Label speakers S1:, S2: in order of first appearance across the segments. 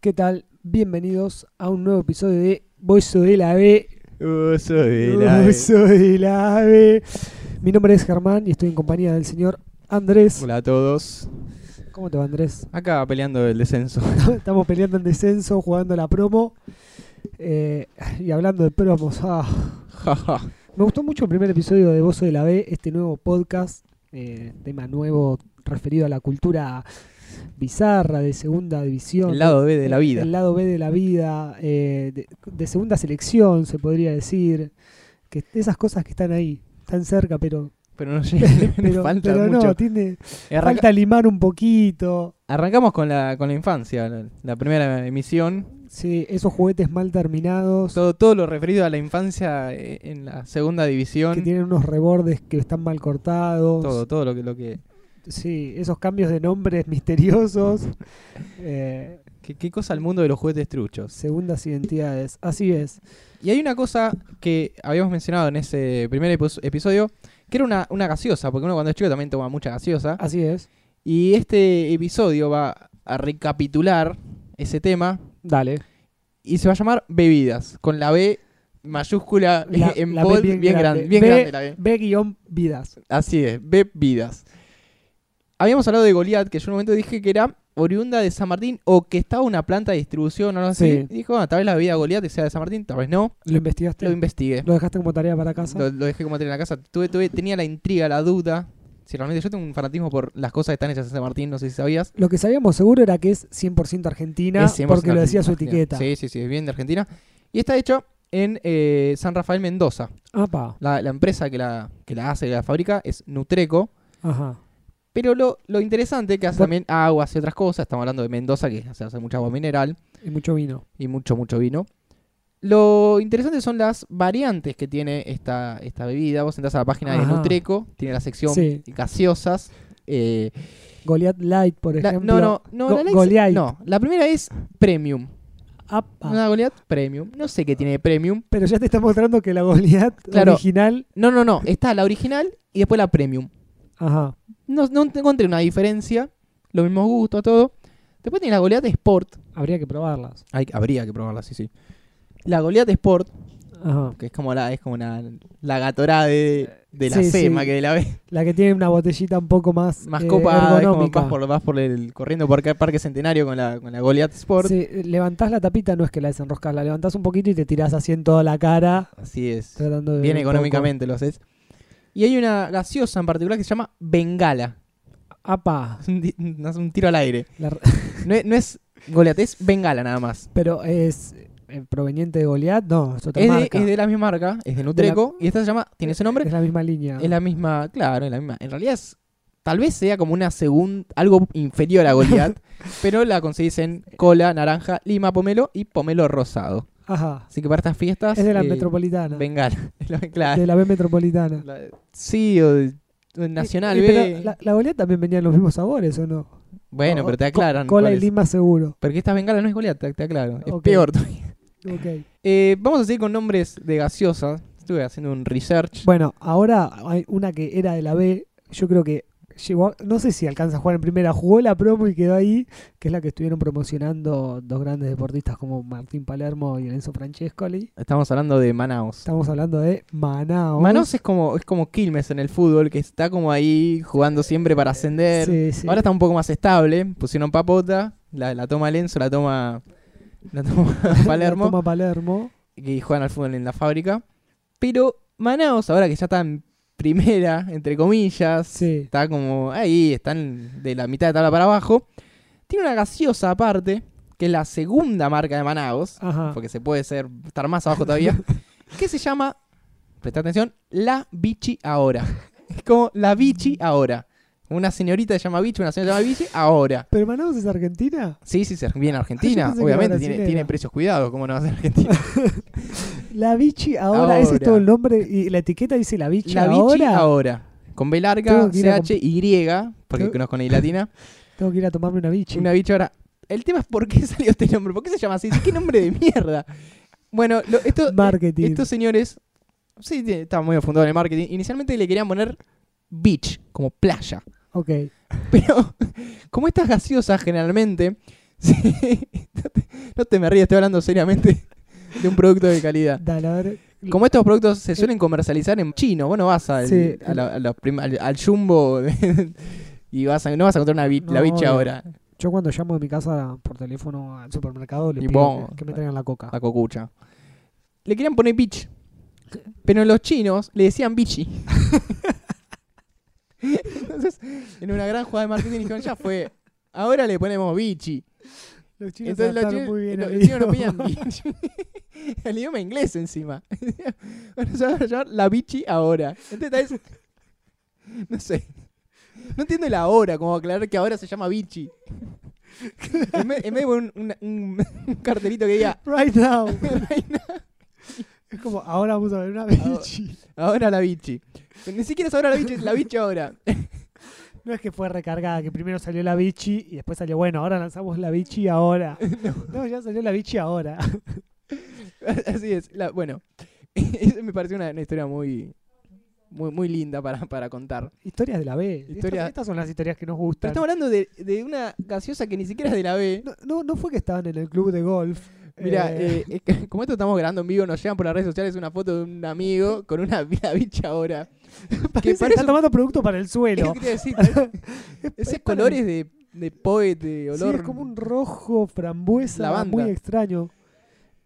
S1: ¿Qué tal? Bienvenidos a un nuevo episodio de Bozo de la B.
S2: Uso de la-
S1: Bozo de la B. Mi nombre es Germán y estoy en compañía del señor Andrés.
S2: Hola a todos.
S1: ¿Cómo te va, Andrés?
S2: Acá peleando el descenso.
S1: Estamos peleando en descenso, jugando la promo. Eh, y hablando de promos, ah.
S2: Jaja.
S1: me gustó mucho el primer episodio de Bozo de la B, este nuevo podcast, eh, tema nuevo referido a la cultura bizarra de segunda división.
S2: el lado B de la vida.
S1: El lado B de la vida, eh, de, de segunda selección, se podría decir. que Esas cosas que están ahí, tan cerca, pero,
S2: Pero no llega, le
S1: pero,
S2: falta
S1: pero
S2: mucho. Eh,
S1: no, tiene,
S2: Arranca-
S1: falta limar un poquito.
S2: Arrancamos con la, con la infancia, la, la primera emisión.
S1: Sí, esos juguetes mal terminados,
S2: Todo, todo lo referido a la infancia eh, en la segunda
S1: que
S2: división.
S1: tienen unos rebordes que están mal cortados.
S2: Todo, todo lo que, lo que,
S1: Sí, esos cambios de nombres misteriosos. eh,
S2: que- Qué cosa el mundo de los juguetes truchos.
S1: segundas identidades. Así es.
S2: Y hay una cosa que habíamos mencionado en ese primer epos- episodio, que era una, una gaseosa, porque uno cuando es chico también toma mucha gaseosa.
S1: Así es.
S2: Y este episodio va a recapitular ese tema
S1: Dale.
S2: y se va a llamar Bebidas, con la B mayúscula
S1: La-
S2: en
S1: la B
S2: bold,
S1: bien
S2: bien,
S1: grande.
S2: grande. bien
S1: B-
S2: grande la B.
S1: B-vidas.
S2: Así es, Bebidas. Habíamos hablado de Goliat, que yo en un momento dije que era oriunda de San Martín o que estaba una planta de distribución o no sé.
S1: Sí.
S2: Dijo, ah, tal vez la bebida Goliat sea de San Martín, tal vez no.
S1: ¿Lo investigaste?
S2: Lo investigué.
S1: ¿Lo dejaste como tarea para casa?
S2: Lo, lo dejé como tarea en la casa. Tuve, tuve- tenía la intriga, la duda. Si realmente yo tengo un fanatismo por las cosas que están hechas en San Martín, no sé si sabías.
S1: Lo que sabíamos seguro era que es 100% argentina,
S2: Es 100%
S1: porque lo decía su
S2: argentina.
S1: etiqueta.
S2: Sí, sí, sí, es bien de Argentina. Y está hecho en eh, San Rafael Mendoza.
S1: Apa,
S2: La, la empresa que la, que la hace, que la fabrica, es Nutreco.
S1: ajá.
S2: Pero lo, lo interesante que hace
S1: Por-
S2: también aguas y otras cosas, estamos hablando de Mendoza, que se hace mucha agua mineral
S1: Y mucho vino.
S2: y mucho, mucho vino. Lo interesante son las variantes que tiene esta, esta bebida. Vos entras a la página de
S1: Ajá.
S2: Nutreco, tiene la sección
S1: Sí.
S2: gaseosas. eh,
S1: Goliath Light, por
S2: la-
S1: ejemplo.
S2: no, no, no,
S1: Go-
S2: la ley-
S1: Goliath. Ah.
S2: no, la primera es Premium.
S1: Apa.
S2: Una Goliath Premium. No sé qué tiene de Premium.
S1: Pero ya te está mostrando que la Goliath
S2: Claro.
S1: original.
S2: No, no, no. Está la original y después la Premium.
S1: Ajá.
S2: No, no encontré una diferencia. Los mismos gustos, todo. Después tiene la Goliath Sport.
S1: Habría que probarlas.
S2: Hay- habría que probarla, sí, sí. La Goliath Sport,
S1: Ajá.
S2: que es como la, es como una, la gatorada de, de la
S1: Sí,
S2: C
S1: sí.
S2: más que de la B.
S1: La que tiene una botellita un poco más,
S2: Más
S1: eh,
S2: copa, es como
S1: ergonómica.
S2: vas por, vas por el, corriendo por acá, Parque Centenario con la, con la Goliath Sport.
S1: Sí, eh, levantás la tapita, no es que la desenroscas, la levantás un poquito y te tirás así en toda la cara.
S2: Así es.
S1: Tratando de
S2: Bien
S1: un poco-
S2: económicamente lo haces. Y hay una gaseosa en particular que se llama Bengala.
S1: Apa.
S2: Es un, di- un- es un tiro al aire.
S1: La r-
S2: No es, no es Goliat, es Bengala nada más.
S1: Pero es eh, proveniente de Goliath. No, es otra
S2: Es de,
S1: marca.
S2: es de la misma marca, es de Nutreco, y esta se llama, tiene ese nombre,
S1: Es la misma línea.
S2: es la misma, claro, es la misma. En realidad es, tal vez sea como una segunda, algo inferior a Goliat, pero la conseguís en cola, naranja, lima, pomelo y pomelo rosado.
S1: Ajá.
S2: Así que para estas fiestas...
S1: Es de la
S2: eh,
S1: metropolitana.
S2: Bengala, es la- claro.
S1: De la B metropolitana.
S2: La- sí, o de- o de Nacional
S1: Y- y
S2: B.
S1: pero la, la Goliath también venían los mismos sabores, ¿o no?
S2: bueno,
S1: O-
S2: pero te
S1: co-
S2: aclaran.
S1: Cola
S2: cuál
S1: y
S2: es.
S1: lima seguro.
S2: Porque esta Bengala no es Goliat, te, te aclaro. Es
S1: Ok.
S2: peor todavía.
S1: Ok.
S2: Eh, vamos a seguir con nombres de gaseosas. Estuve haciendo un research.
S1: Bueno, ahora hay una que era de la B. Yo creo que llegó, a- no sé si alcanza a jugar en primera, jugó la promo y quedó ahí, que es la que estuvieron promocionando dos grandes deportistas como Martín Palermo y Enzo Francescoli.
S2: Estamos hablando de Manaus.
S1: Estamos hablando de Manaus.
S2: Manaus es como, es como Quilmes en el fútbol, que está como ahí jugando siempre para ascender.
S1: Sí, sí.
S2: eh, Ahora está un poco más estable. Pusieron papota, la, la toma Lenzo, la toma, la toma Palermo,
S1: La toma Palermo.
S2: que juegan al fútbol en la fábrica. Pero Manaus, ahora que ya está en primera, entre comillas,
S1: Sí.
S2: está como ahí, están de la mitad de tabla para abajo. Tiene una gaseosa aparte, que es la segunda marca de Manaus.
S1: Ajá.
S2: porque se puede ser, estar más abajo todavía, que se llama, presta atención, La Bichi Ahora. Es como La Bichi Ahora. Una señorita se llama Bichi, una señora se llama Bichi Ahora.
S1: ¿Pero Manaus es Argentina?
S2: Sí, sí, se viene a
S1: Ah,
S2: Argentina,
S1: yo pensé que
S2: obviamente,
S1: era
S2: tiene,
S1: brasilera.
S2: tiene precios cuidados, ¿cómo no va a ser Argentina?
S1: La Vichy ahora, ese es
S2: Ahora.
S1: todo el nombre y la etiqueta dice La Vichy
S2: la
S1: ahora.
S2: Bichi Ahora. Con B larga,
S1: Tengo que ir a comp-
S2: CH, Y, porque
S1: Tengo-
S2: conozco la I latina,
S1: Tengo que ir a tomarme una Vichy.
S2: una Bichi Ahora. El tema es por qué salió este nombre, por qué se llama así, qué nombre de mierda. Bueno, lo- esto, eh,
S1: Marketing.
S2: Estos señores, sí, te- estaban muy afundados en el marketing. Inicialmente le querían poner beach, como playa.
S1: Ok.
S2: Pero como estas gaseosas generalmente se, No te me rías, estoy hablando seriamente de un producto de calidad.
S1: Dale, a ver.
S2: Como estos productos se suelen comercializar en chino, vos no vas al,
S1: Sí.
S2: a la- a los prim- al, al jumbo de- y vas a- no vas a encontrar una bi- la
S1: No,
S2: bicha
S1: obvio.
S2: ahora,
S1: Yo cuando llamo de mi casa por teléfono al supermercado le
S2: Y
S1: pido
S2: vos- Ah.
S1: que, que me traigan la coca.
S2: la cocucha. Le querían poner bitch, pero los chinos le decían bichi. Entonces, en una gran jugada de marketing dijeron, ya fue, ahora le ponemos bichi.
S1: Los chinos
S2: Entonces los chinos, los chinos no pillan bichi. El idioma inglés encima. Bueno, se va a llamar la bichi ahora. Entonces, es- no sé. No entiendo el ahora, como aclarar que ahora se llama bichi. En vez, en vez de poner un, un- un cartelito que diga
S1: Right now. Es como, ahora vamos a ver una
S2: Ah.
S1: bichi.
S2: ahora la bichi. Ni siquiera es ahora la bichi, es la bichi ahora.
S1: No es que fue recargada, que primero salió la bichi y después salió, bueno, ahora lanzamos la bichi ahora. No, ya salió la bichi ahora.
S2: Así es. la- bueno, eso me pareció una, una historia muy, muy, muy linda para, para contar.
S1: Historias de la B. Estas-
S2: Historia-
S1: Estas, son las historias que nos
S2: Pero
S1: gustan.
S2: estamos hablando de, de una gaseosa que ni siquiera es de la B.
S1: No, no, no fue que estaban en el club de golf.
S2: Mira,
S1: Eh,
S2: eh, es que como esto estamos grabando en vivo, nos llegan por las redes sociales una foto de un amigo con una la bicha ahora.
S1: parece que
S2: parece
S1: está
S2: un-
S1: tomando producto para el
S2: Eso
S1: suelo.
S2: quería decir.
S1: es
S2: Esos
S1: para-
S2: colores de, de poet, de
S1: Sí,
S2: olor.
S1: es como un rojo frambuesa
S2: Lavanda.
S1: muy extraño.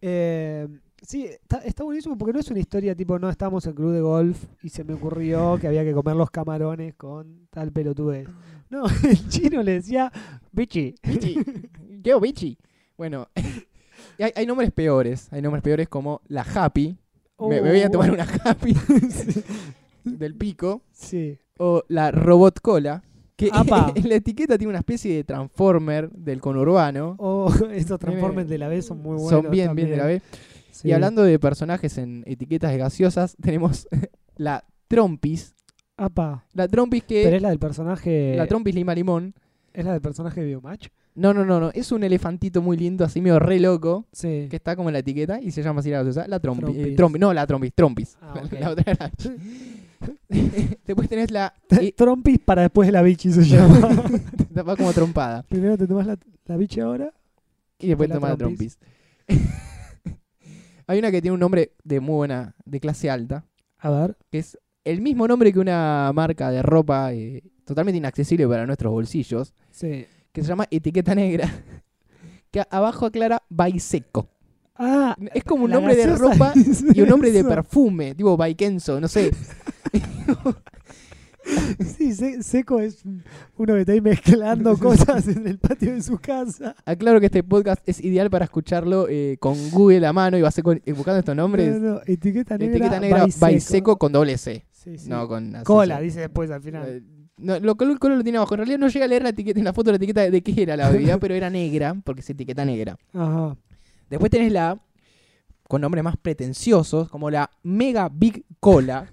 S1: Eh, sí, está, está buenísimo porque no es una historia tipo, no estábamos en club de golf y se me ocurrió que había que comer los camarones con tal pelotudez.
S2: Ah.
S1: No, el chino le decía, bichi.
S2: Bichi. Yo, bichi. Bueno, y hay, hay nombres peores. Hay nombres peores como la Happy. Me, me voy a tomar una Happy del
S1: oh".
S2: pico.
S1: Sí.
S2: O la Robot Cola. Que
S1: Apa.
S2: en la etiqueta tiene una especie de transformer del conurbano.
S1: O esos transformes de la B son muy buenos.
S2: Son bien, bien de la B.
S1: Oh, Sí.
S2: Y hablando de personajes en etiquetas de gaseosas, tenemos la Trompis.
S1: Apa,
S2: La Trompis
S1: pero
S2: que.
S1: es la del personaje.
S2: La Trompis Lima Limón.
S1: ¿Es la del personaje de Biomatch?
S2: No, no, no, no. Es un elefantito muy lindo, así medio re loco,
S1: Sí.
S2: que está como en la etiqueta y se llama así la gaseosa. La Trompis.
S1: Trompis.
S2: eh, Trompi- no, la Trompis. Trompis.
S1: Ah,
S2: La-
S1: ok.
S2: la, otra era la- Después tenés la. eh,
S1: Trompis para después de la bichi se llama.
S2: va como trompada.
S1: Primero te tomas la, la bichi ahora.
S2: Y después
S1: La
S2: tomás la
S1: Trompis.
S2: Trompis. Hay una que tiene un nombre de muy buena, de clase alta.
S1: A ver.
S2: que es el mismo nombre que una marca de ropa eh, totalmente inaccesible para nuestros bolsillos,
S1: Sí.
S2: que se llama Etiqueta Negra, que a- abajo aclara Baiseco.
S1: Ah,
S2: Es como un
S1: la
S2: nombre de
S1: gaseosa
S2: ropa
S1: dice
S2: y un nombre de
S1: eso.
S2: perfume, tipo Baikenzo, no sé.
S1: Sí, se- seco es uno que está ahí mezclando cosas en el patio de su casa.
S2: Aclaro que este podcast es ideal para escucharlo eh, con Google a mano y vas a co- eh, buscando estos nombres.
S1: No, no, etiqueta negra.
S2: Etiqueta Negra
S1: Baiseco.
S2: Baiseco con doble C,
S1: Sí, sí.
S2: no con así,
S1: Cola,
S2: sí.
S1: dice después al final.
S2: Eh, No, lo colo- colo lo tiene abajo. En realidad no llega a leer la etiqueta, en la foto la etiqueta de- de qué era la bebida, pero era negra, porque es etiqueta negra.
S1: Ajá.
S2: Después tenés la con nombres más pretenciosos, como la Mega Big Cola,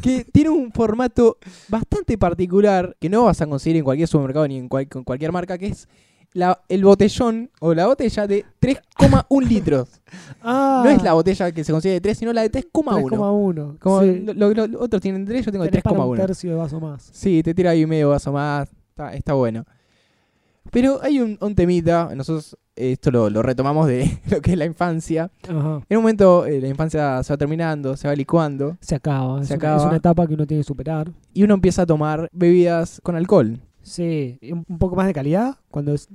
S2: que tiene un formato bastante particular que no vas a conseguir en cualquier supermercado ni en cual- con cualquier marca, que es la- el botellón o la botella de 3,1 litros.
S1: Ah,
S2: No es la botella que se consigue de 3, sino la de 3,1.
S1: 3,1.
S2: Como
S1: sí.
S2: lo- lo- lo- otros tienen 3, yo tengo de
S1: Tenés para un
S2: 3,1.
S1: tercio de vaso más.
S2: Sí, te tira ahí medio vaso más. Está, está bueno. Pero hay un, un temita, nosotros eh, esto lo, lo retomamos de lo que es la infancia.
S1: Ajá.
S2: En un momento eh, la infancia se va terminando, se va licuando
S1: Se acaba.
S2: Se
S1: es, Una,
S2: acaba.
S1: es una etapa que uno tiene que superar.
S2: y uno empieza a tomar bebidas con alcohol.
S1: Sí, y un un poco más de calidad cuando, es-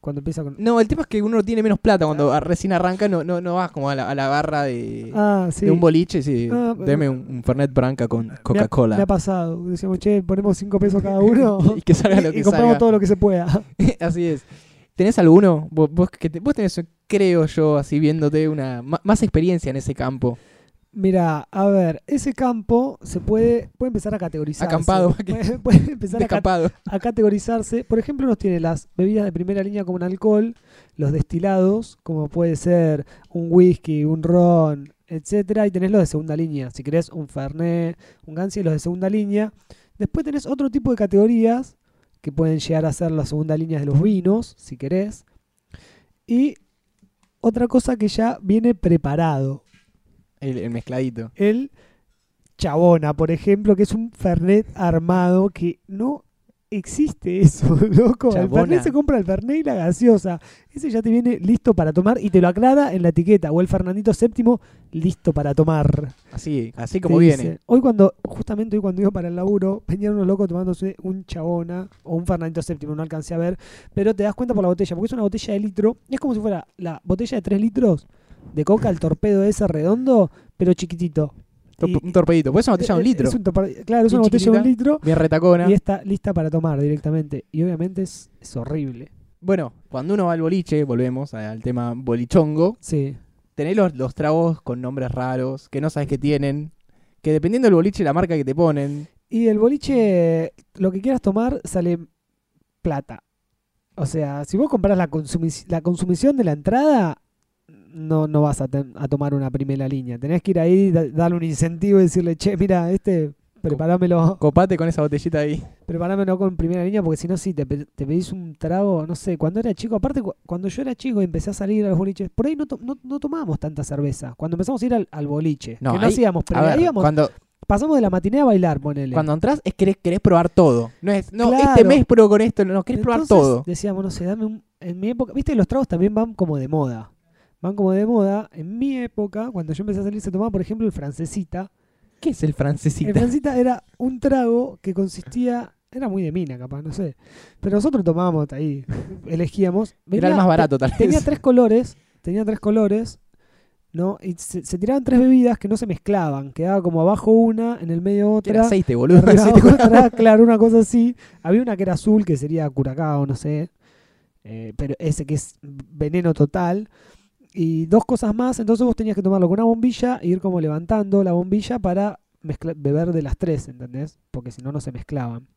S1: cuando empieza con...
S2: No, el tema es que uno tiene menos plata cuando a- recién arranca, no, no, no vas como a la, a la barra de,
S1: Ah, sí.
S2: de un boliche y sí,
S1: Ah,
S2: deme un, un Fernet Branca con
S1: Me ha- Me ha
S2: Coca-Cola.
S1: pasado. Decíamos, che, ponemos 5 pesos cada uno
S2: Y que salga lo
S1: y-
S2: que
S1: y compramos
S2: salga.
S1: todo lo que se pueda.
S2: Así es. ¿Tenés alguno? Vos, vos que te- vos tenés, creo yo, así viéndote una ma- más experiencia en ese campo.
S1: Mira, a ver, ese campo se puede, puede empezar a categorizar.
S2: Acampado, ¿qué?
S1: Puede, puede empezar a, cat-
S2: Descampado.
S1: a categorizarse. Por ejemplo, nos tiene las bebidas de primera línea como un alcohol, los destilados, como puede ser un whisky, un ron, etcétera, y tenés los de segunda línea, si querés un Fernet, un Gansi, los de segunda línea. Después tenés otro tipo de categorías que pueden llegar a ser las segunda líneas de los vinos, si querés. Y otra cosa que ya viene preparado,
S2: El, el mezcladito.
S1: el Chabona, por ejemplo, que es un Fernet armado que no existe eso, loco.
S2: Chabona.
S1: El Fernet se compra el Fernet y la gaseosa. Ese ya te viene listo para tomar y te lo aclara en la etiqueta. O el Fernandito VII, listo para tomar.
S2: Así, así
S1: te
S2: como
S1: dice.
S2: viene.
S1: Hoy cuando, justamente hoy cuando iba para el laburo, venían unos locos tomándose un chabona o un Fernandito VII, no alcancé a ver. Pero te das cuenta por la botella, porque es una botella de litro. Es como si fuera la botella de 3 litros de coca, el torpedo ese redondo, pero chiquitito.
S2: Top-
S1: Y-
S2: un torpedito. Pues es una botella de un
S1: Eh, eh,
S2: litro.
S1: es un torpe- claro, es
S2: Bien
S1: una botella de un
S2: chiquitita.
S1: litro.
S2: Bien retacona.
S1: Y está lista para tomar directamente. Y obviamente es, es horrible.
S2: Bueno, cuando uno va al boliche, volvemos al tema bolichongo,
S1: Sí.
S2: tenés los, los tragos con nombres raros, que no sabes qué tienen, que dependiendo del boliche la marca que te ponen,
S1: Y el boliche, lo que quieras tomar, sale plata. O sea, si vos compras la, consumi- la consumición de la entrada, no, no vas a, ten- a tomar una primera línea. Tenés que ir ahí, da- darle un incentivo y decirle, che, mira, este, prepáramelo,
S2: copate con esa botellita ahí.
S1: prepáramelo con primera línea, porque si no, sí, te, pe- te pedís un trago, no sé, cuando era chico, aparte, cu- cuando yo era chico y empecé a salir a los boliches, por ahí no, to- no, no tomábamos tanta cerveza. Cuando empezamos a ir al, al boliche,
S2: No,
S1: que no
S2: ahí-
S1: hacíamos,
S2: A
S1: pero
S2: ver,
S1: íbamos
S2: cuando,
S1: Pasamos de la matiné a bailar, ponele.
S2: cuando entras es querés, querés probar todo. No es, no,
S1: Claro.
S2: este mes pruebo con esto, no, querés probar
S1: Entonces,
S2: todo.
S1: Decíamos, no sé, dame un. En mi época, viste, los tragos también van como de moda. Van como de moda. En mi época, cuando yo empecé a salir, se tomaba, por ejemplo, el francesita.
S2: ¿Qué es el francesita?
S1: El francesita era un trago que consistía. Era muy de mina, capaz, no sé. Pero nosotros tomábamos ahí. Elegíamos.
S2: Era el
S1: Venía-
S2: más barato tal vez.
S1: Tenía tres colores. Tenía tres colores. ¿No? Y se, se tiraban tres bebidas que no se mezclaban. Quedaba como abajo una, en el medio otra.
S2: Era aceite, boludo.
S1: Arriba
S2: aceite, boludo.
S1: otra, claro, una cosa así. Había una que era azul, que sería curacao, no sé. Eh, pero ese que es veneno total. Y dos cosas más. Entonces vos tenías que tomarlo con una bombilla e ir como levantando la bombilla para mezcla- beber de las tres, ¿entendés? Porque si no, no se mezclaban.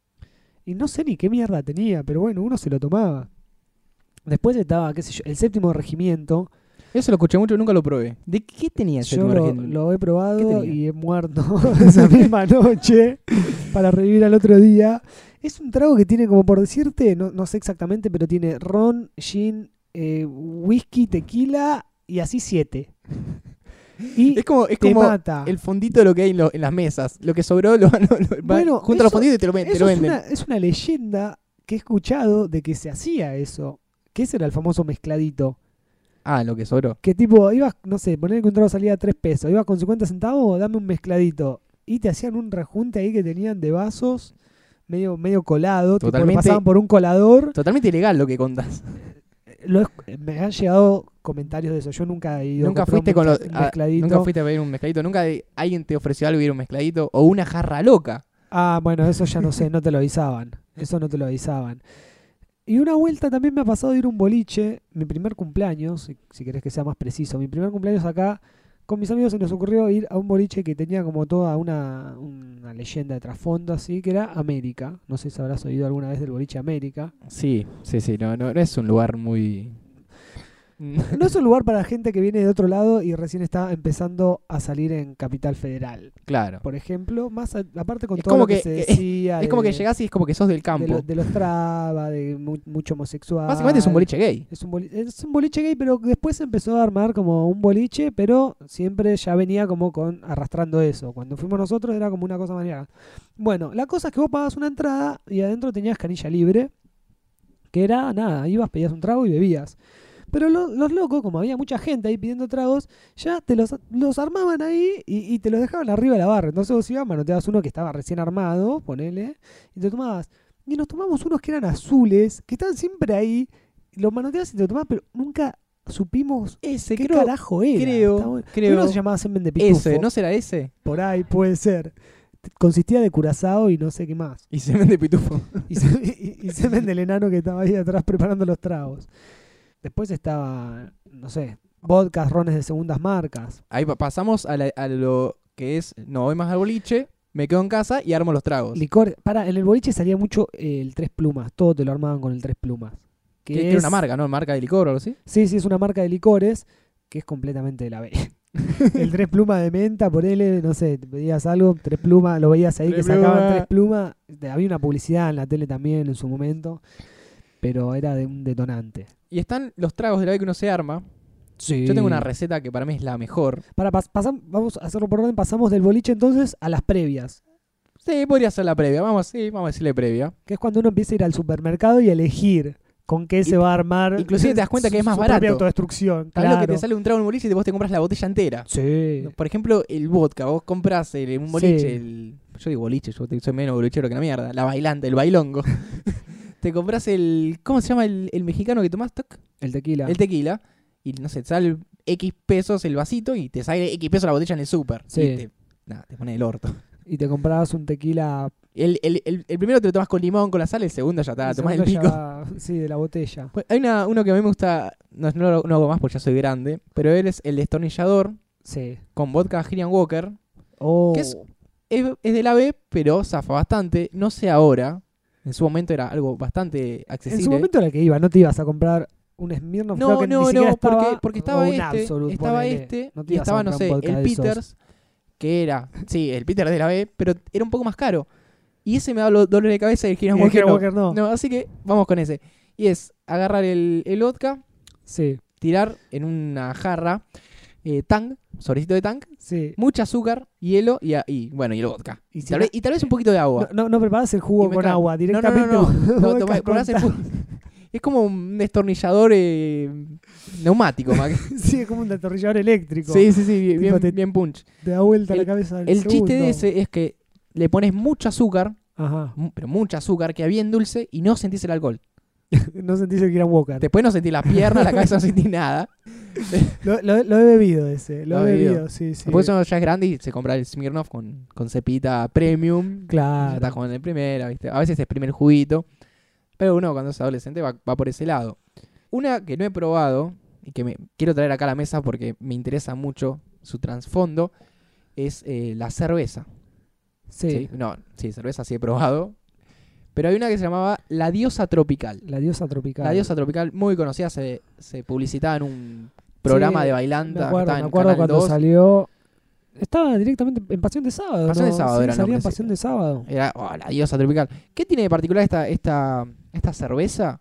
S1: Y no sé ni qué mierda tenía, pero bueno, uno se lo tomaba. Después estaba, qué sé yo, el séptimo regimiento.
S2: Eso lo escuché mucho, nunca lo probé. ¿De qué tenía ese
S1: Yo
S2: lugar,
S1: lo,
S2: gente?
S1: lo he probado
S2: tenía?
S1: y he muerto esa misma noche para revivir al otro día. Es un trago que tiene, como por decirte, no, no sé exactamente, pero tiene ron, gin, eh, whisky, tequila y así siete. Y
S2: Es como, es
S1: te
S2: como
S1: mata.
S2: el fondito de lo que hay en, lo- en las mesas. Lo que sobró lo, van- lo- van-
S1: Bueno,
S2: junto a los
S1: eso-
S2: fonditos y te lo, ven- te
S1: Eso
S2: lo
S1: es,
S2: venden.
S1: una, es una leyenda que he escuchado de que se hacía eso. Que ese era el famoso mezcladito.
S2: Ah, lo que sobró.
S1: Que tipo, ibas, no sé, poner que un trago salía a 3 pesos, ibas con 50 centavos, dame un mezcladito. Y te hacían un rejunte ahí que tenían de vasos, medio, medio colado, tipo, lo
S2: Totalmente.
S1: pasaban por un colador.
S2: Totalmente ilegal lo que contás.
S1: Lo es- me han llegado comentarios de eso, yo nunca he ido a
S2: Nunca
S1: comprar un
S2: fuiste con los.
S1: mezcla-
S2: a-
S1: mezcladito.
S2: nunca fuiste a pedir un mezcladito. Nunca de- alguien te ofreció algo y era un mezcladito. O una jarra loca.
S1: Ah, bueno, eso ya no sé, no te lo avisaban. Eso no te lo avisaban. Y una vuelta también me ha pasado de ir a un boliche, mi primer cumpleaños, si, si querés que sea más preciso, mi primer cumpleaños acá, con mis amigos se nos ocurrió ir a un boliche que tenía como toda una, una leyenda de trasfondo así, que era América. No sé si habrás oído alguna vez del boliche América.
S2: Sí, sí, sí. No, no, no es un lugar muy.
S1: No es un lugar para gente que viene de otro lado y recién está empezando a salir en Capital Federal,
S2: claro.
S1: por ejemplo, más a- aparte con
S2: Es
S1: todo
S2: como
S1: lo que,
S2: que-
S1: se
S2: que-
S1: decía.
S2: Es como que
S1: de-
S2: llegás y es como que sos del campo.
S1: De, lo- de los traba, de mu- mucho homosexual.
S2: Básicamente es un boliche gay.
S1: Es un, boli- es un boliche gay, pero después se empezó a armar como un boliche, pero siempre ya venía como con arrastrando eso. Cuando fuimos nosotros era como una cosa mañana. Bueno, la cosa es que vos pagabas una entrada y adentro tenías canilla libre, que era nada, ibas, pedías un trago y bebías. Pero lo- los locos, como había mucha gente ahí pidiendo tragos, ya te los, los armaban ahí y, y te los dejaban arriba de la barra. Entonces vos ibas, manoteabas uno que estaba recién armado, ponele, y te tomabas. Y nos tomamos unos que eran azules, que estaban siempre ahí. y Los manoteabas y te los tomabas, pero nunca supimos
S2: Ese,
S1: qué carajo era. Está
S2: Creo,
S1: bueno.
S2: creo.
S1: Uno se llamaba semen de pitufo.
S2: Ese, ¿no será ese?
S1: Por ahí puede ser. Consistía de curazao y no sé qué más.
S2: Y se vende pitufo.
S1: Y, se, y- y semen del enano que estaba ahí atrás preparando los tragos. Después estaba, no sé, vodkas, rones de segundas marcas.
S2: Ahí pa- pasamos a, la- a lo que es, no voy más al boliche, me quedo en casa y armo los tragos.
S1: Licor. Para, en el boliche salía mucho eh, el tres plumas. Todo te lo armaban con el tres plumas.
S2: Que, que era una marca, ¿no? Marca de licor o algo así.
S1: Sí, sí, es una marca de licores que es completamente de la B. el tres plumas de menta, por él, no sé, te pedías algo, tres plumas, lo veías ahí
S2: Tres
S1: que sacaban
S2: Plumas.
S1: tres plumas. Te- Había una publicidad en la tele también en su momento, pero era de un detonante.
S2: Y están los tragos de la vez que uno se arma.
S1: Sí.
S2: Yo tengo una receta que para mí es la mejor.
S1: Para, pas- pasam- vamos a hacerlo por orden, pasamos del boliche entonces a las previas.
S2: Sí, podría ser la previa. Vamos, sí, vamos a decirle previa.
S1: Que es cuando uno empieza a ir al supermercado y a elegir con qué se
S2: Y-
S1: va a armar.
S2: inclusive te das cuenta
S1: su-
S2: que es más
S1: su propia
S2: barato.
S1: autodestrucción,
S2: Tal
S1: claro.
S2: lo que te sale un trago en un boliche y vos te compras la botella entera.
S1: Sí.
S2: Por ejemplo, el vodka. Vos compras el- un
S1: Sí.
S2: boliche. el- yo digo boliche, yo te- soy menos bolichero que la mierda. La bailante, el bailongo. te compras el. ¿Cómo se llama el, el mexicano que tomás? Toc?
S1: El tequila.
S2: El tequila. Y no sé, te sale X pesos el vasito y te sale X pesos la botella en el súper.
S1: Sí.
S2: Y te, nada, te pone el orto.
S1: Y te comprabas un tequila.
S2: El, el- el- el primero te lo tomas con limón, con la sal, el segundo ya está,
S1: el
S2: tomás Ah, el pico.
S1: segundo ya- sí, de la botella.
S2: Bueno, Hay una, uno que a mí me gusta, no, no lo- no hago más porque ya soy grande, pero él es el destornillador
S1: Sí.
S2: con vodka Gillian Walker.
S1: Oh.
S2: ¿Qué es? Es, es del AB, pero zafa bastante. No sé ahora, en su momento era algo bastante accesible.
S1: En su momento era el que iba, no te ibas a comprar un Smirnoff. creo
S2: no,
S1: que ni
S2: no,
S1: siquiera
S2: no,
S1: estaba,
S2: porque, porque estaba
S1: o un
S2: este,
S1: Absolut,
S2: estaba
S1: ponele.
S2: este,
S1: No te
S2: y
S1: ibas a
S2: estaba, no
S1: comprar
S2: sé,
S1: un vodka
S2: el
S1: de esos.
S2: Peters, que era, sí, el Peters de la B, pero era un poco más caro. Y ese me da lo- dolor de cabeza y el Gillian
S1: Y el
S2: Walker
S1: Hero
S2: no.
S1: Walker no.
S2: No, así que vamos con ese. Y es agarrar el, el vodka,
S1: Sí,
S2: tirar en una jarra eh, tang, sobrecito de tang,
S1: sí.
S2: mucho azúcar, hielo y, a- y, bueno, y el vodka.
S1: Y
S2: Y
S1: si
S2: tal,
S1: no-
S2: vez, y tal vez un poquito de agua.
S1: No, no, no preparás el jugo
S2: Y me
S1: con
S2: cago.
S1: agua,
S2: No, no, no,
S1: directamente.
S2: no. No,
S1: vodka
S2: tomás-
S1: con
S2: ponás el
S1: tal.
S2: pu- Es como un destornillador eh, neumático, Mac.
S1: Sí, es como un detornillador eléctrico.
S2: Sí, sí, sí, bien,
S1: Tipo, te-
S2: bien- bien punch.
S1: Te da vuelta la
S2: El-
S1: cabeza. al
S2: El chiste
S1: segundo.
S2: de ese es que le pones mucho azúcar,
S1: Ajá.
S2: mu- pero mucho azúcar, queda bien dulce y no sentís el alcohol.
S1: No sentís el Kiran Walker.
S2: Después no sentís las piernas, la cabeza, no sentís nada.
S1: Lo, lo- lo he bebido ese. Lo,
S2: Lo
S1: he
S2: he
S1: bebido, sí, sí.
S2: Después uno ya es grande y se compra el Smirnoff con, con cepita premium. Ya estás
S1: Claro.
S2: jugando en primera, ¿viste? A veces es primer juguito. Pero uno cuando es adolescente va, va por ese lado. Una que no he probado y que me quiero traer acá a la mesa porque me interesa mucho su trasfondo es eh, la cerveza.
S1: Sí.
S2: ¿sí? No, sí, cerveza sí he probado. Pero hay una que se llamaba La Diosa Tropical.
S1: La diosa tropical.
S2: La Diosa Tropical, muy conocida, se, se publicitaba en un programa
S1: Sí,
S2: de
S1: Me
S2: bailanta.
S1: acuerdo,
S2: estaba
S1: me
S2: en
S1: acuerdo
S2: Canal
S1: cuando
S2: 2.
S1: salió. Estaba directamente en Pasión de Sábado.
S2: Pasión de
S1: ¿no?
S2: Sábado
S1: Sí,
S2: era el
S1: salía en
S2: nombre,
S1: Pasión
S2: sí.
S1: de Sábado.
S2: Era oh, la diosa tropical. ¿Qué tiene de particular esta, esta, esta cerveza?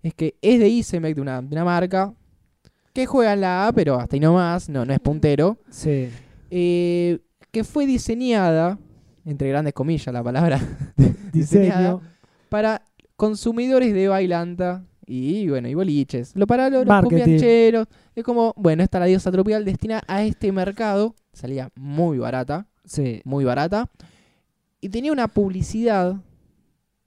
S2: Es que es de Icemek, de una, de una marca, que juega en la A, pero hasta ahí nomás, no, no es puntero.
S1: Sí.
S2: eh, que fue diseñada, entre grandes comillas la palabra,
S1: Diseño.
S2: Diseñada. para consumidores de bailanta y bueno, y boliches. Lo para los, los
S1: Marketing.
S2: cumbiancheros. Es como, bueno, esta la diosa tropical destina a este mercado. Salía muy barata
S1: Sí.
S2: muy barata. Y tenía una publicidad.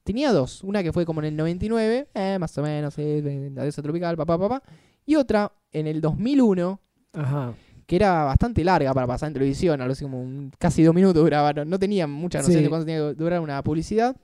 S2: Tenía dos. Una que fue como en el 99, eh, más o menos, eh, eh, la diosa tropical, papá, papá. Y otra en el 2001,
S1: Ajá.
S2: que era bastante larga para pasar en televisión, algo así como un- casi dos minutos duraban. No tenía mucha noción
S1: Sí.
S2: de cuánto tenía que durar una publicidad.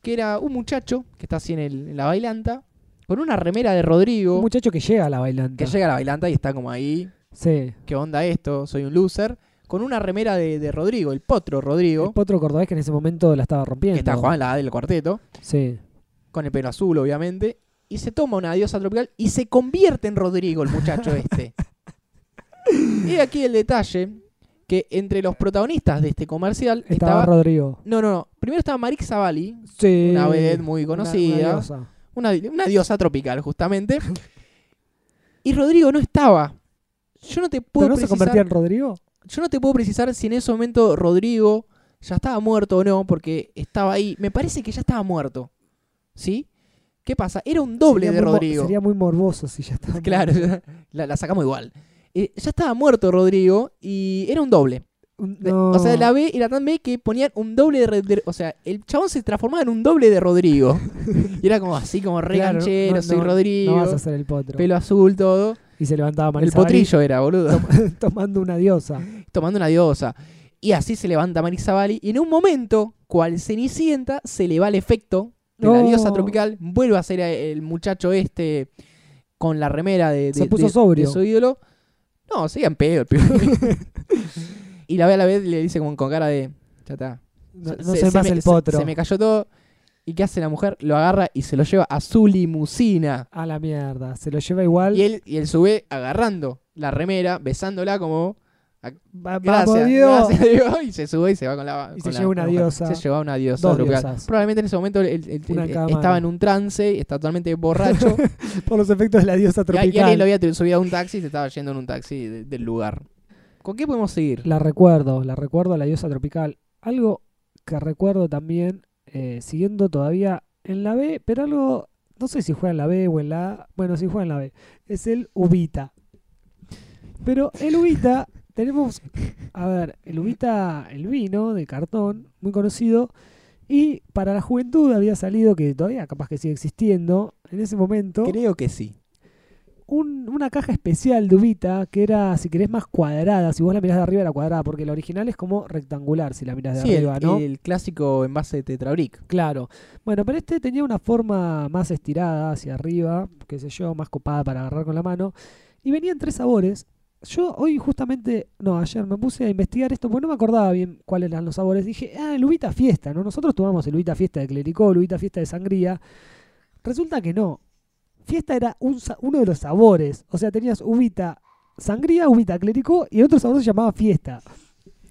S2: Que era un muchacho que está así en, el- en la bailanta, con una remera de
S1: Un
S2: Rodrigo,
S1: muchacho que llega a la bailanta.
S2: que llega a la bailanta y está como ahí.
S1: Sí.
S2: ¿Qué onda esto? Soy un loser. Con una remera de, de Rodrigo, el potro Rodrigo.
S1: El potro cordobés que en ese momento la estaba rompiendo.
S2: que está jugando en la A del cuarteto,
S1: Sí.
S2: con el pelo azul, obviamente, y se toma una diosa tropical y se convierte en Rodrigo, el muchacho este. y aquí el detalle, que entre los protagonistas de este comercial
S1: Estaba
S2: estaba...
S1: Rodrigo.
S2: no, no, no. Primero estaba Marix Zavali,
S1: Sí.
S2: una vedette muy
S1: Una- una
S2: conocida,
S1: diosa.
S2: una, una diosa tropical, justamente. y Rodrigo no estaba. Yo no te puedo
S1: ¿Pero no se
S2: precisar...
S1: convertía en Rodrigo?
S2: Yo no te puedo precisar si en ese momento Rodrigo ya estaba muerto o no, porque estaba ahí. Me parece que ya estaba muerto. ¿Sí? ¿Qué pasa? Era un doble
S1: Sería muy
S2: de
S1: mo-
S2: Rodrigo.
S1: Sería muy morboso si ya estaba.
S2: Claro, la, la sacamos igual. Eh, ya estaba muerto Rodrigo y era un doble. De-
S1: No.
S2: O sea, la B era tan B que ponían un doble de, Re- de- O sea, el chabón se transformaba en un doble de Rodrigo. y era como así, como re
S1: Claro,
S2: canchero,
S1: no-
S2: soy
S1: no-
S2: Rodrigo.
S1: No vas a hacer el potro.
S2: pelo azul, todo.
S1: Y se levantaba
S2: el
S1: Marisa
S2: potrillo era, boludo.
S1: Bali tomando una diosa.
S2: tomando una diosa. Y así se levanta Marisabali y en un momento, cual Cenicienta, se le va el efecto de la
S1: No.
S2: diosa tropical, vuelve a ser eh, el muchacho este con la remera de, de-
S1: Se puso
S2: de-
S1: sobrio.
S2: de su ídolo. No, seguía en pedo el pibe. y la ve a la vez le dice como con cara de, ya está.
S1: No,
S2: Se-
S1: no
S2: se-
S1: soy
S2: se
S1: más
S2: me-
S1: el
S2: se-
S1: potro.
S2: Se, me cayó todo. ¿Y qué hace la mujer? Lo agarra y se lo lleva a su limusina.
S1: A la mierda. Se lo lleva igual.
S2: Y él, y él sube agarrando la remera, besándola como
S1: Va-
S2: Gracias,
S1: vamos, Dios.
S2: gracias a Dios. Y se sube y se va con la.
S1: Y
S2: con
S1: se
S2: la-
S1: lleva una
S2: con la mujer.
S1: diosa.
S2: Se lleva una diosa.
S1: Dos
S2: tropical.
S1: diosas.
S2: Probablemente en ese momento el- el- el-
S1: Una
S2: el-
S1: cámara.
S2: estaba en un trance, y estaba totalmente borracho.
S1: Por los efectos de la diosa
S2: y, a-
S1: tropical.
S2: y alguien lo había tri- subido a un taxi y se estaba yendo en un taxi de- del lugar. ¿Con qué podemos seguir?
S1: La recuerdo, la recuerdo a la diosa tropical. Algo que recuerdo también eh, siguiendo todavía en la B, pero algo, no sé si juega en la B o en la A, bueno, si juega en la B, es el Ubita. Pero el Ubita, tenemos, a ver, el Ubita, el vino de cartón, muy conocido, y para la juventud había salido, que todavía capaz que sigue existiendo, en ese momento,
S2: Creo que sí.
S1: un- una caja especial de Ubita que era, si querés, más cuadrada, si vos la mirás de arriba era cuadrada, porque la original es como rectangular si la mirás de
S2: Sí, el,
S1: arriba, ¿no?
S2: el clásico envase de Tetrabric.
S1: Claro. Bueno, pero este tenía una forma más estirada hacia arriba, qué sé yo, más copada para agarrar con la mano. Y venían tres sabores. Yo hoy justamente, no, ayer me puse a investigar esto porque no me acordaba bien cuáles eran los sabores. Dije, ah, el Ubita Fiesta, ¿no? Nosotros tomamos el Ubita Fiesta de Clericó, el Ubita Fiesta de Sangría. Resulta que no. Fiesta era un sa- uno de los sabores. O sea, tenías Ubita Sangría, Ubita Clericó y el otro sabor se llamaba Fiesta.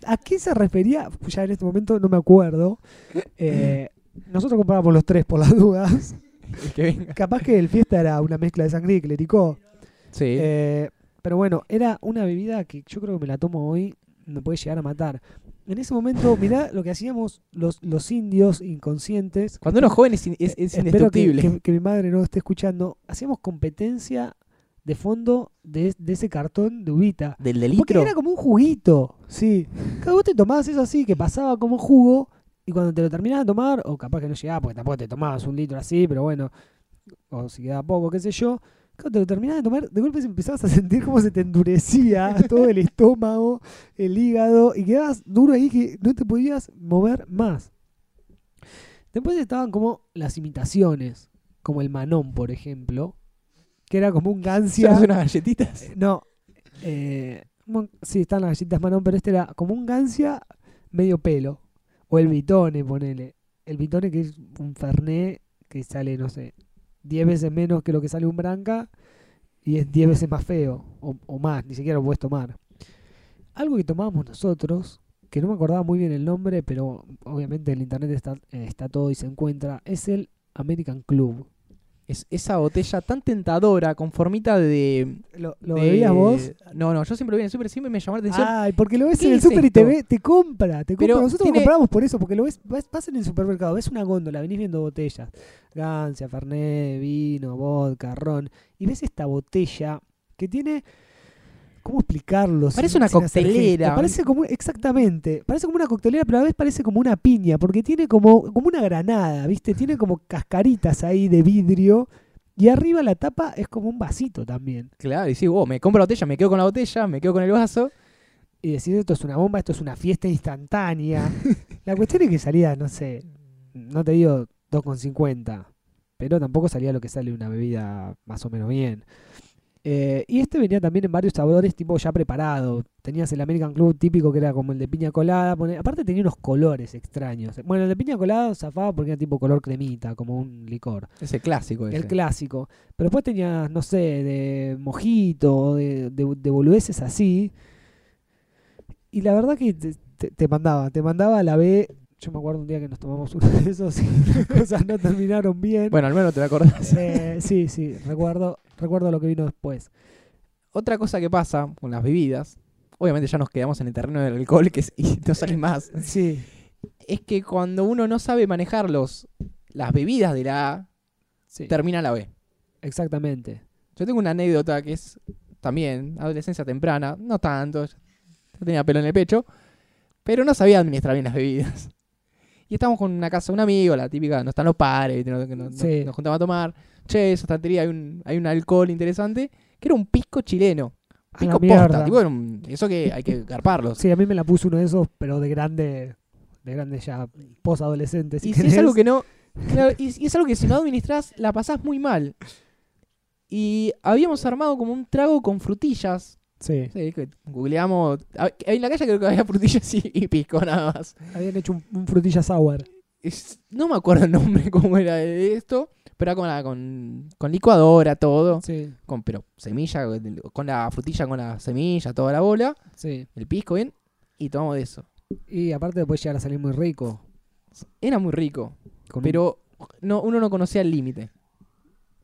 S1: ¿A qué se refería? Ya en este momento no me acuerdo. Eh, nosotros comprábamos los tres por las dudas.
S2: El que venga.
S1: Capaz que el fiesta era una mezcla de sangría y clericó.
S2: Sí.
S1: Eh, pero bueno, era una bebida que yo creo que me la tomo hoy, me puede llegar a matar. En ese momento, mirá lo que hacíamos los, los indios inconscientes.
S2: Cuando uno es joven es, in- es- es
S1: Eh, espero que-
S2: indestructible.
S1: Que, que mi madre no esté escuchando. Hacíamos competencia de fondo de, de ese cartón de ubita.
S2: Del del
S1: Porque
S2: litro.
S1: era como un juguito, sí. Cada vos te tomabas eso así, que pasaba como jugo, y cuando te lo terminabas de tomar, o capaz que no llegaba, porque tampoco te tomabas un litro así, pero bueno, o si quedaba poco, qué sé yo. Cuando te lo terminabas de tomar, de golpe empezabas a sentir cómo se te endurecía todo el estómago, el hígado, y quedabas duro ahí que no te podías mover más. Después estaban como las imitaciones, como el Manón, por ejemplo, que era como un gancia.
S2: Hacíamos unas galletitas.
S1: No. Eh, mon- sí, están las galletas Manon, pero este era como un gancia medio pelo. O el bitone, ponele. El bitone que es un fernet que sale, no sé, 10 veces menos que lo que sale un branca y es 10 veces más feo. O, o más, ni siquiera lo puedes tomar. Algo que tomábamos nosotros, que no me acordaba muy bien el nombre, pero obviamente en el internet está, eh, está todo y se encuentra, es el American Club.
S2: Es esa botella tan tentadora, con formita de.
S1: ¿Lo, lo
S2: de-
S1: bebías vos?
S2: No, no, yo siempre lo vi en el súper, siempre me llamó la atención.
S1: Ay, porque lo ves
S2: ¿Qué
S1: en el
S2: es
S1: super y te
S2: esto?
S1: ve, te compra, te compra.
S2: Pero
S1: Nosotros lo
S2: tiene-
S1: compramos por eso, porque lo ves, vas, vas en el supermercado, ves una góndola, venís viendo botellas, gancia, fernet, vino, vodka, ron, y ves esta botella que tiene ¿Cómo explicarlo?
S2: Parece una
S1: hacer
S2: coctelera.
S1: gesto? Parece como, exactamente. Parece como una coctelera, pero a la vez parece como una piña, porque tiene como, como una granada, ¿viste? Tiene como cascaritas ahí de vidrio. Y arriba la tapa es como un vasito también.
S2: Claro, y sí, vos, me compro la botella, me quedo con la botella, me quedo con el vaso.
S1: y decir esto es una bomba, esto es una fiesta instantánea. la cuestión es que salía, no sé, no te digo 2,50, pero tampoco salía lo que sale una bebida más o menos bien. Eh, y este venía también en varios sabores tipo ya preparado. Tenías el American Club típico que era como el de piña colada. pone- Aparte tenía unos colores extraños. Bueno, el de piña colada zafaba porque era tipo color cremita, como un licor.
S2: Ese clásico. Ese.
S1: El clásico. Pero después tenías, no sé, de mojito, de, de, de boludeces así. Y la verdad que te, te- te mandaba, te mandaba a la B. Yo me acuerdo un día que nos tomamos uno de esos y las cosas no terminaron bien.
S2: bueno, al menos te lo acordás.
S1: Eh, sí, sí, recuerdo, recuerdo lo que vino después.
S2: Otra cosa que pasa con las bebidas, obviamente ya nos quedamos en el terreno del alcohol que es- y no sale más,
S1: Sí.
S2: es que cuando uno no sabe manejar los, las bebidas de la A,
S1: sí.
S2: termina la B.
S1: Exactamente.
S2: Yo tengo una anécdota que es también adolescencia temprana, no tanto, yo tenía pelo en el pecho, pero no sabía administrar bien las bebidas. Y estábamos con una casa de un amigo, la típica, no están los pares, ¿viste? No- no- no-
S1: Sí.
S2: nos juntamos a tomar. Che, esa estantería hay un, hay un alcohol interesante, que era un pisco chileno.
S1: A la
S2: Pisco
S1: Ah, mierda.
S2: posta, tipo, era un- eso que hay que garparlos.
S1: Sí, a mí me la puso uno de esos, pero de grande, de grande ya, posadolescente. Si
S2: y si es
S1: querés.
S2: algo que no. claro, y, y es algo que si no administrás, la pasás muy mal. Y habíamos armado como un trago con frutillas,
S1: Sí.
S2: Sí, que googleamos. a- En la calle creo que había frutillas y, y pisco nada más.
S1: Habían hecho un, un frutilla sour.
S2: Es- no me acuerdo el nombre cómo era de esto, pero era con, la- con, con licuadora, todo.
S1: Sí,
S2: Con, pero semilla, con la frutilla, con la semilla, toda la bola,
S1: sí.
S2: el pisco, bien. Y tomamos de eso.
S1: Y aparte puede llegar a salir muy rico.
S2: Era muy rico,
S1: con un-
S2: pero no, uno no conocía el límite.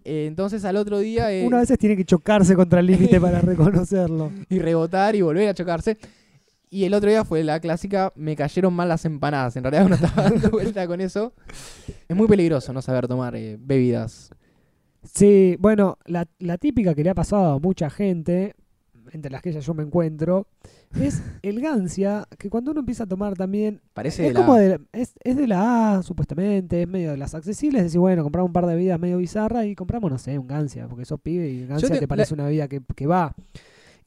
S2: Eh, entonces al otro día. eh,
S1: uno a veces tiene que chocarse contra el límite para reconocerlo.
S2: y rebotar y volver a chocarse. Y el otro día fue la clásica, me cayeron mal las empanadas. En realidad uno estaba dando vuelta con eso. Es muy peligroso no saber tomar eh, bebidas.
S1: Sí, bueno, la, la típica que le ha pasado a mucha gente, entre las que ya yo me encuentro, es el gancia, que cuando uno empieza a tomar también,
S2: Parece
S1: es
S2: de la-
S1: como de la, es, es de la A, supuestamente, es medio de las accesibles, es decir, bueno, compramos un par de bebidas medio bizarras y compramos, no sé, un gancia, porque sos pibe y el gancia
S2: te-
S1: te, parece una bebida que, que va.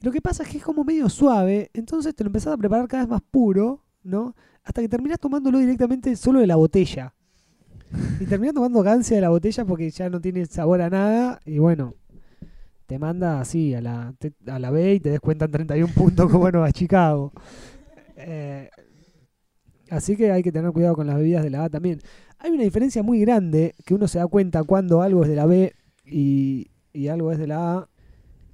S1: Lo que pasa es que es como medio suave, entonces te lo empezás a preparar cada vez más puro, ¿no? Hasta que terminás tomándolo directamente solo de la botella. Y terminás tomando gancia de la botella porque ya no tiene sabor a nada y bueno, te manda así a la, te- a la B y te descuentan 31 puntos como bueno a Chicago. Eh, así que hay que tener cuidado con las bebidas de la A también. Hay una diferencia muy grande que uno se da cuenta cuando algo es de la B y, y algo es de la A.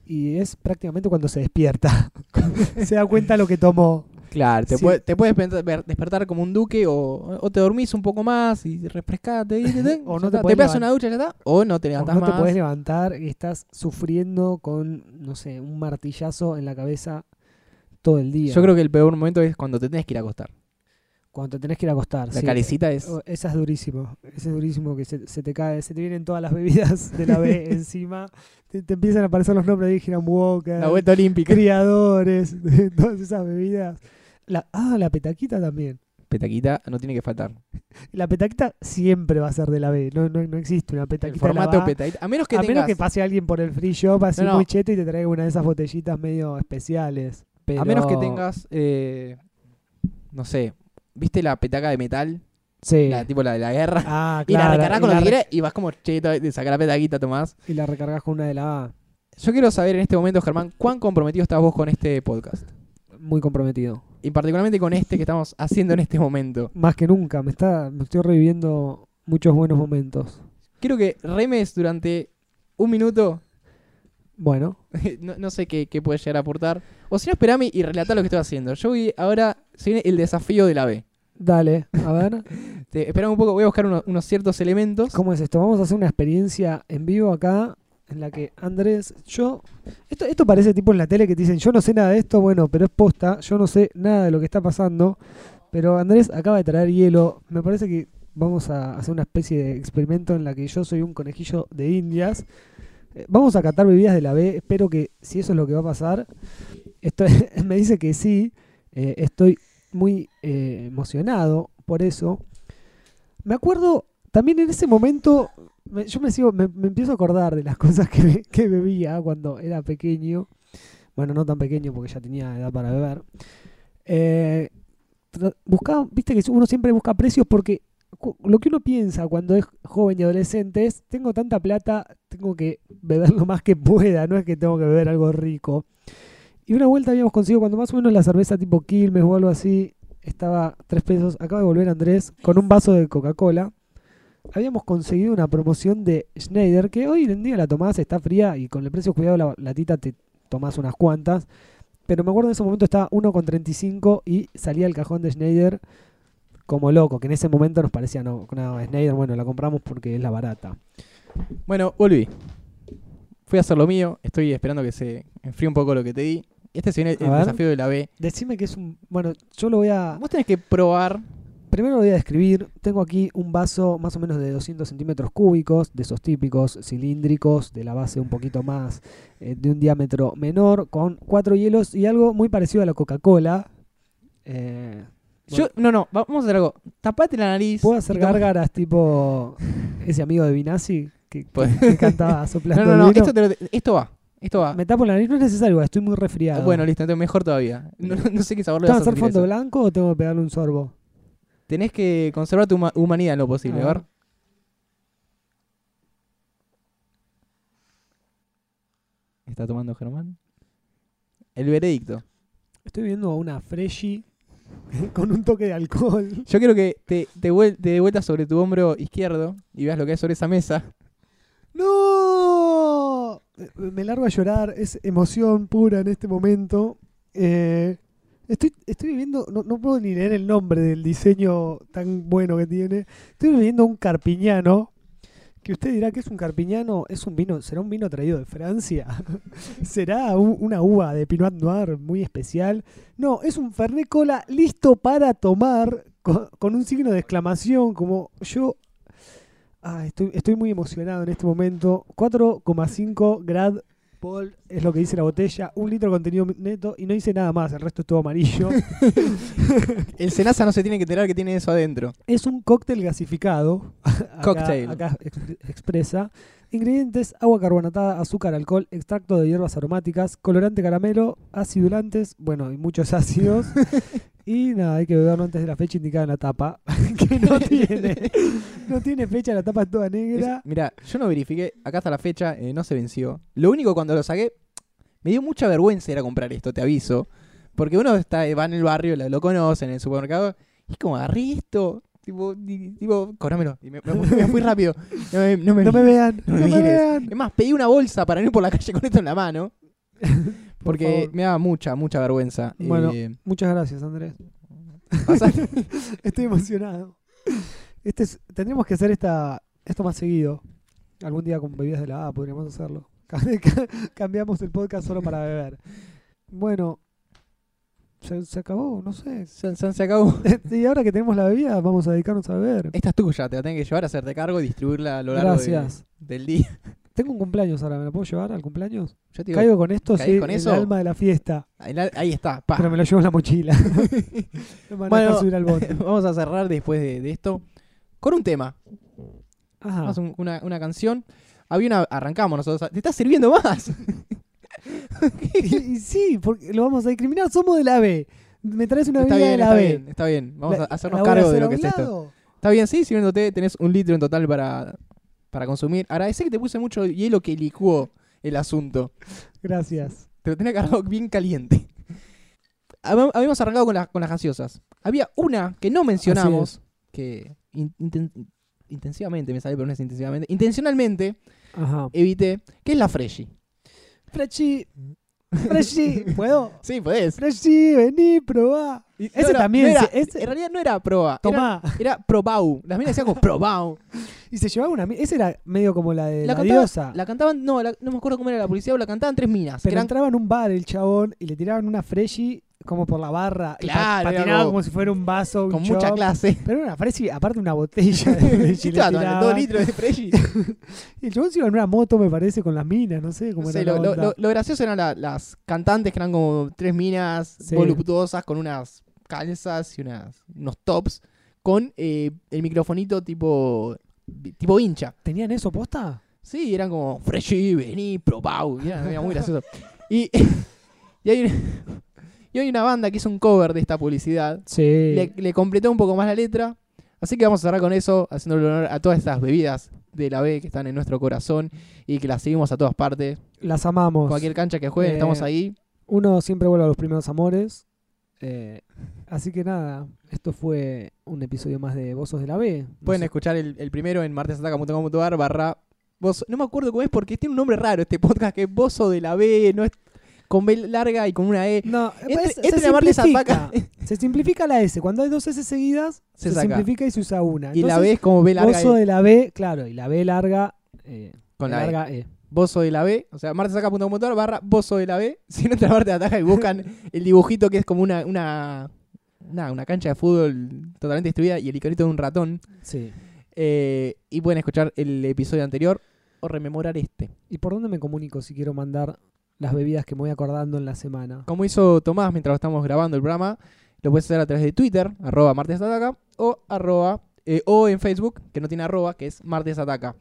S1: Y es prácticamente cuando se despierta. se da cuenta lo que tomó.
S2: Claro, te,
S1: Sí.
S2: puede- te puedes despertar, ver- despertar como un duque o, o te dormís un poco más y refrescate. y- y-
S1: O
S2: ya
S1: no te
S2: está.
S1: podés
S2: pegas
S1: levantar.
S2: una ducha, ya está. O no te
S1: O
S2: levantás
S1: no te
S2: más.
S1: podés levantar y estás sufriendo con, no sé, un martillazo en la cabeza todo el día.
S2: Yo creo que el peor momento es cuando te tenés que ir a acostar.
S1: Cuando te tenés que ir a acostar.
S2: La
S1: sí.
S2: calecita es.
S1: Oh, Esa es durísimo, ese es durísimo que se, se te cae, se te vienen todas las bebidas de la B encima, te, te empiezan a aparecer los nombres de Hiram Walker,
S2: La vuelta olímpica.
S1: criadores, de todas esas bebidas. La, ah, la petaquita también.
S2: Petaquita no tiene que faltar.
S1: La petaquita siempre va a ser de la B, no, no, no existe una
S2: el
S1: petaquita de la
S2: formato
S1: A,
S2: petaquita. A menos que
S1: a
S2: tengas.
S1: menos que pase alguien por el free shop así
S2: No, no.
S1: muy cheto y te traiga una de esas botellitas medio especiales.
S2: A menos que
S1: pero-
S2: tengas. eh, no sé. ¿Viste la petaca de metal?
S1: Sí.
S2: La, tipo la de la guerra.
S1: Ah,
S2: y la
S1: claro,
S2: recargas con
S1: y la
S2: lo que
S1: re-
S2: quieras y vas como cheto de sacar la petaquita, Tomás.
S1: y la recargas con una de la A.
S2: Yo quiero saber en este momento, Germán, cuán comprometido estás vos con este podcast.
S1: Muy comprometido.
S2: Y particularmente con este que estamos haciendo en este momento.
S1: más que nunca. Me está, me estoy reviviendo muchos buenos momentos.
S2: Quiero que remes durante un minuto.
S1: Bueno,
S2: No, no sé qué, qué puede llegar a aportar. O si no, esperame y relatá lo que estoy haciendo. Yo voy ahora. Se viene el desafío de la B.
S1: dale, a ver,
S2: Te, esperame un poco, voy a buscar uno- unos ciertos elementos.
S1: ¿cómo es esto? Vamos a hacer una experiencia en vivo acá en la que Andrés, yo, esto, esto parece tipo en la tele que te dicen, yo no sé nada de esto, bueno, pero es posta, yo no sé nada de lo que está pasando, pero Andrés acaba de traer hielo, me parece que vamos a hacer una especie de experimento en la que yo soy un conejillo de indias. Eh, Vamos a catar bebidas de la B, espero que si eso es lo que va a pasar, esto me dice que sí, eh, estoy muy eh, emocionado por eso. Me acuerdo, también en ese momento, me- yo me, sigo, me, me empiezo a acordar de las cosas que, be- que bebía cuando era pequeño. Bueno, no tan pequeño porque ya tenía edad para beber. Eh, tra- buscaba, viste que uno siempre busca precios porque cu- lo que uno piensa cuando es joven y adolescente es, tengo tanta plata, tengo que beber lo más que pueda, no es que tengo que beber algo rico. Y una vuelta habíamos conseguido cuando más o menos la cerveza tipo Quilmes o algo así estaba 3 pesos. Acaba de volver Andrés con un vaso de Coca-Cola. Habíamos conseguido una promoción de Schneider que hoy en día la tomás, está fría y con el precio cuidado la latita te tomás unas cuantas. Pero me acuerdo en ese momento estaba 1,35 y salía el cajón de Schneider como loco, que en ese momento nos parecía, no, no, Schneider, bueno, la compramos porque es la barata.
S2: Bueno, volví. Fui a hacer lo mío. Estoy esperando que se enfríe un poco lo que te di. Este se viene el
S1: A ver.
S2: desafío de la B.
S1: Decime que es un... Bueno, yo lo voy a...
S2: Vos tenés que probar.
S1: Primero lo voy a describir. Tengo aquí un vaso más o menos de 200 centímetros cúbicos, de esos típicos cilíndricos, de la base un poquito más, eh, de un diámetro menor, con cuatro hielos y algo muy parecido a la Coca-Cola. Eh,
S2: Yo, no, no, va- vamos a hacer algo. Tapate la nariz.
S1: ¿Puedo hacer
S2: y toma-
S1: gárgaras tipo ese amigo de Vinassi que,
S2: Pues-
S1: que, que cantaba soplando
S2: No, no, no,
S1: el vino?
S2: esto, te lo- esto va. Esto va.
S1: Me tapo la nariz, no es necesario, estoy muy resfriado.
S2: Bueno, listo, entonces mejor todavía. No, no- no sé qué sabor le
S1: ¿Tengo
S2: vas
S1: que
S2: a
S1: hacer
S2: sentir
S1: fondo
S2: eso.
S1: blanco o tengo que pegarle un sorbo?
S2: Tenés que conservar tu huma- humanidad en lo posible,
S1: A
S2: a ver.
S1: ver.
S2: ¿Está tomando Germán? El veredicto.
S1: Estoy viendo a una Freshy con un toque de alcohol.
S2: Yo quiero que te, te, vuel- te dé vuelta sobre tu hombro izquierdo y veas lo que hay sobre esa mesa.
S1: ¡No! Me largo a llorar, es emoción pura en este momento. Eh, estoy, estoy viviendo, no, no puedo ni leer el nombre del diseño tan bueno que tiene. Estoy viviendo un carpiñano que usted dirá que es un carpiñano, es un vino, será un vino traído de Francia, será u- una uva de Pinot Noir muy especial. No, es un Fernet Cola listo para tomar con, con un signo de exclamación, como yo ah, estoy, estoy muy emocionado en este momento. 4,5 grad Paul es lo que dice la botella, un litro de contenido neto y no dice nada más, el resto es todo amarillo.
S2: El cenaza no se tiene que enterar que tiene eso adentro.
S1: Es un cóctel gasificado. Acá-
S2: Cocktail.
S1: Acá, ex- expresa. Ingredientes: agua carbonatada, azúcar, alcohol, extracto de hierbas aromáticas, colorante caramelo, acidulantes, bueno, y muchos ácidos. y nada, hay que beberlo antes de la fecha indicada en la tapa. que no tiene. No tiene fecha, la tapa es toda negra.
S2: Mira, yo no verifiqué, acá está la fecha, eh, no se venció. Lo único cuando lo saqué, me dio mucha vergüenza ir a comprar esto, te aviso. Porque uno está, eh, va en el barrio, lo, lo conoce en el supermercado, y es como, agarré esto, tipo, di- tipo, cobrámelo. Y me, me- me fui rápido. No me, no me-
S1: no me vean, no,
S2: no me
S1: me,
S2: mires.
S1: vean.
S2: Es más, pedí una bolsa para no ir por la calle con esto en la mano. Porque
S1: favor.
S2: me daba mucha, mucha vergüenza.
S1: Bueno.
S2: Eh,
S1: Muchas gracias, Andrés.
S2: pasar-
S1: Estoy emocionado. Este es- tendríamos que hacer esta, esto más seguido. Algún día con bebidas de la A podríamos hacerlo. Cambiamos el podcast solo para beber. Bueno, se, se acabó, no sé.
S2: se, se- se acabó.
S1: Y ahora que tenemos la bebida, vamos a dedicarnos a beber.
S2: Esta es tuya, te la tenés que llevar, hacerte cargo y distribuirla a lo largo de-
S1: Gracias.
S2: del día.
S1: Tengo un cumpleaños ahora, ¿me la puedo llevar al cumpleaños?
S2: Yo te digo,
S1: Caigo con esto,
S2: ¿caes
S1: sí,
S2: con
S1: el
S2: eso?
S1: alma de la fiesta.
S2: ahí la- ahí está, pa.
S1: Pero me lo llevo en la mochila. No me van a dejar
S2: Bueno.
S1: subir al bote.
S2: Vamos a cerrar después de, de esto con un tema.
S1: Ajá.
S2: Vamos a un- una, una canción. Había una. Arrancamos nosotros. Te estás sirviendo más.
S1: Y, y sí, porque lo vamos a discriminar. Somos de la B. Me traes una
S2: está
S1: bebida de
S2: bien,
S1: la
S2: está
S1: B.
S2: bien, está bien. Vamos
S1: La-
S2: a hacernos
S1: la voy
S2: cargo
S1: hacer
S2: de
S1: a
S2: lo
S1: un
S2: que es esto.
S1: lado.
S2: Está bien, sí, sirviéndote. Tenés un litro en total para, para consumir. Agradecé que te puse mucho hielo que licuó el asunto.
S1: Gracias.
S2: Te lo tenía cargado bien caliente. Hab- Habíamos arrancado con, las con las gaseosas. Había una que no mencionamos, que in- inten- intensivamente, me sale, pero no es intensivamente, intencionalmente
S1: Ajá.
S2: evité, que es la Freshy.
S1: Freshi. Freshi. ¿Puedo?
S2: Sí, podés.
S1: Freshi, vení, probá. Ese
S2: No, no,
S1: también.
S2: no era-
S1: se- ese-
S2: En realidad no era proba, era,
S1: tomá.
S2: era probau. Las minas decían como probau.
S1: Y se llevaba una. mi- Ese era medio como la de la,
S2: La cantaba-
S1: diosa.
S2: La cantaban, no, la- no me acuerdo cómo era la policía, o la cantaban tres minas. que
S1: Ah. Pero
S2: eran-
S1: entraba en un bar el chabón y le tiraban una Freshi como por la barra. y pa-
S2: Claro, era
S1: patinaba
S2: como-
S1: como si fuera un vaso. un
S2: con mucha
S1: chop.
S2: clase.
S1: Pero era una Freshi, aparte una botella de Freshi.
S2: Sí,
S1: le
S2: estaban tomando Dos
S1: tiraban.
S2: litros de Freshy.
S1: Y el chabón se iba en una moto, me parece, con las minas, no sé cómo
S2: No sé,
S1: era.
S2: lo,
S1: la
S2: lo-
S1: onda.
S2: lo- lo gracioso eran la- las cantantes que eran como tres minas
S1: Sí.
S2: voluptuosas con unas calzas y unas, unos tops con eh, el microfonito tipo tipo hincha.
S1: ¿Tenían eso posta?
S2: Sí, eran como Freshy, vení, probau. Y Era, era muy gracioso. Y, y hay una, y hay una banda que hizo un cover de esta publicidad.
S1: Sí.
S2: Le, le completó un poco más la letra. Así que vamos a cerrar con eso, haciéndole honor a todas estas bebidas de la B que están en nuestro corazón y que las seguimos a todas partes.
S1: Las amamos.
S2: Cualquier cancha que jueguen,
S1: Eh,
S2: estamos ahí.
S1: Uno siempre vuelve a los primeros amores. eh, así que nada, esto fue un episodio más de Vozos de la B. No
S2: Pueden
S1: sé.
S2: escuchar el, el primero en martesataca.com.ar barra vos. No me acuerdo cómo es porque tiene un nombre raro este podcast que es Bozo de la B, no es con B larga y con una E.
S1: No,
S2: Entre-
S1: es-
S2: entren
S1: se
S2: a Martes
S1: simplifica.
S2: Ataca.
S1: Se simplifica la S. Cuando hay dos S seguidas,
S2: Se
S1: se,
S2: saca.
S1: simplifica y se usa una.
S2: y la B
S1: Entonces,
S2: es como B larga
S1: Bozo
S2: E,
S1: de la B, claro, y la B larga. eh,
S2: con la E.
S1: larga E.
S2: Bozo de la B, o sea, martesataca.com.ar barra Bozo de la B. Si no te la de ataca y buscan el dibujito que es como una, una, una, una cancha de fútbol totalmente destruida y el iconito de un ratón.
S1: Sí.
S2: Eh, y pueden escuchar el episodio anterior o rememorar este.
S1: ¿Y por dónde me comunico si quiero mandar las bebidas que me voy acordando en la semana?
S2: Como hizo Tomás mientras estamos grabando el programa, lo puedes hacer a través de Twitter, arroba martesataca, o arroba, eh, o en Facebook, que no tiene arroba, que es martesataca.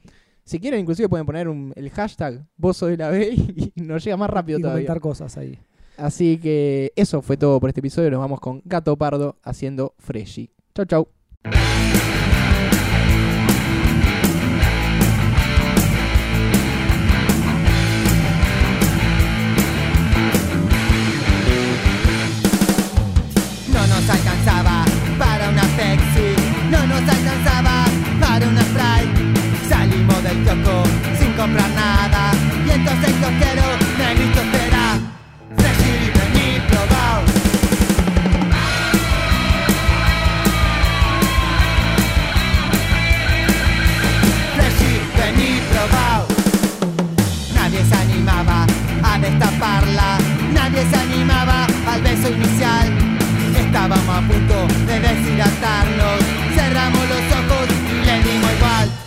S2: Si quieren, inclusive pueden poner un- el hashtag vos soy la B y nos llega más rápido
S1: y
S2: todavía.
S1: comentar cosas ahí.
S2: Así que eso fue todo por este episodio. Nos vamos con Gato Pardo haciendo Freshy. Chau, chau.
S3: No nos alcanzaba para una Pepsi, no nos alcanzaba para una Sprite. Salimos del kiosco sin comprar nada y entonces el kiosquero negrito espera. Fresh y vení, probao. Fresh y vení, encontrarnos. Cerramos los ojos, le dimos igual.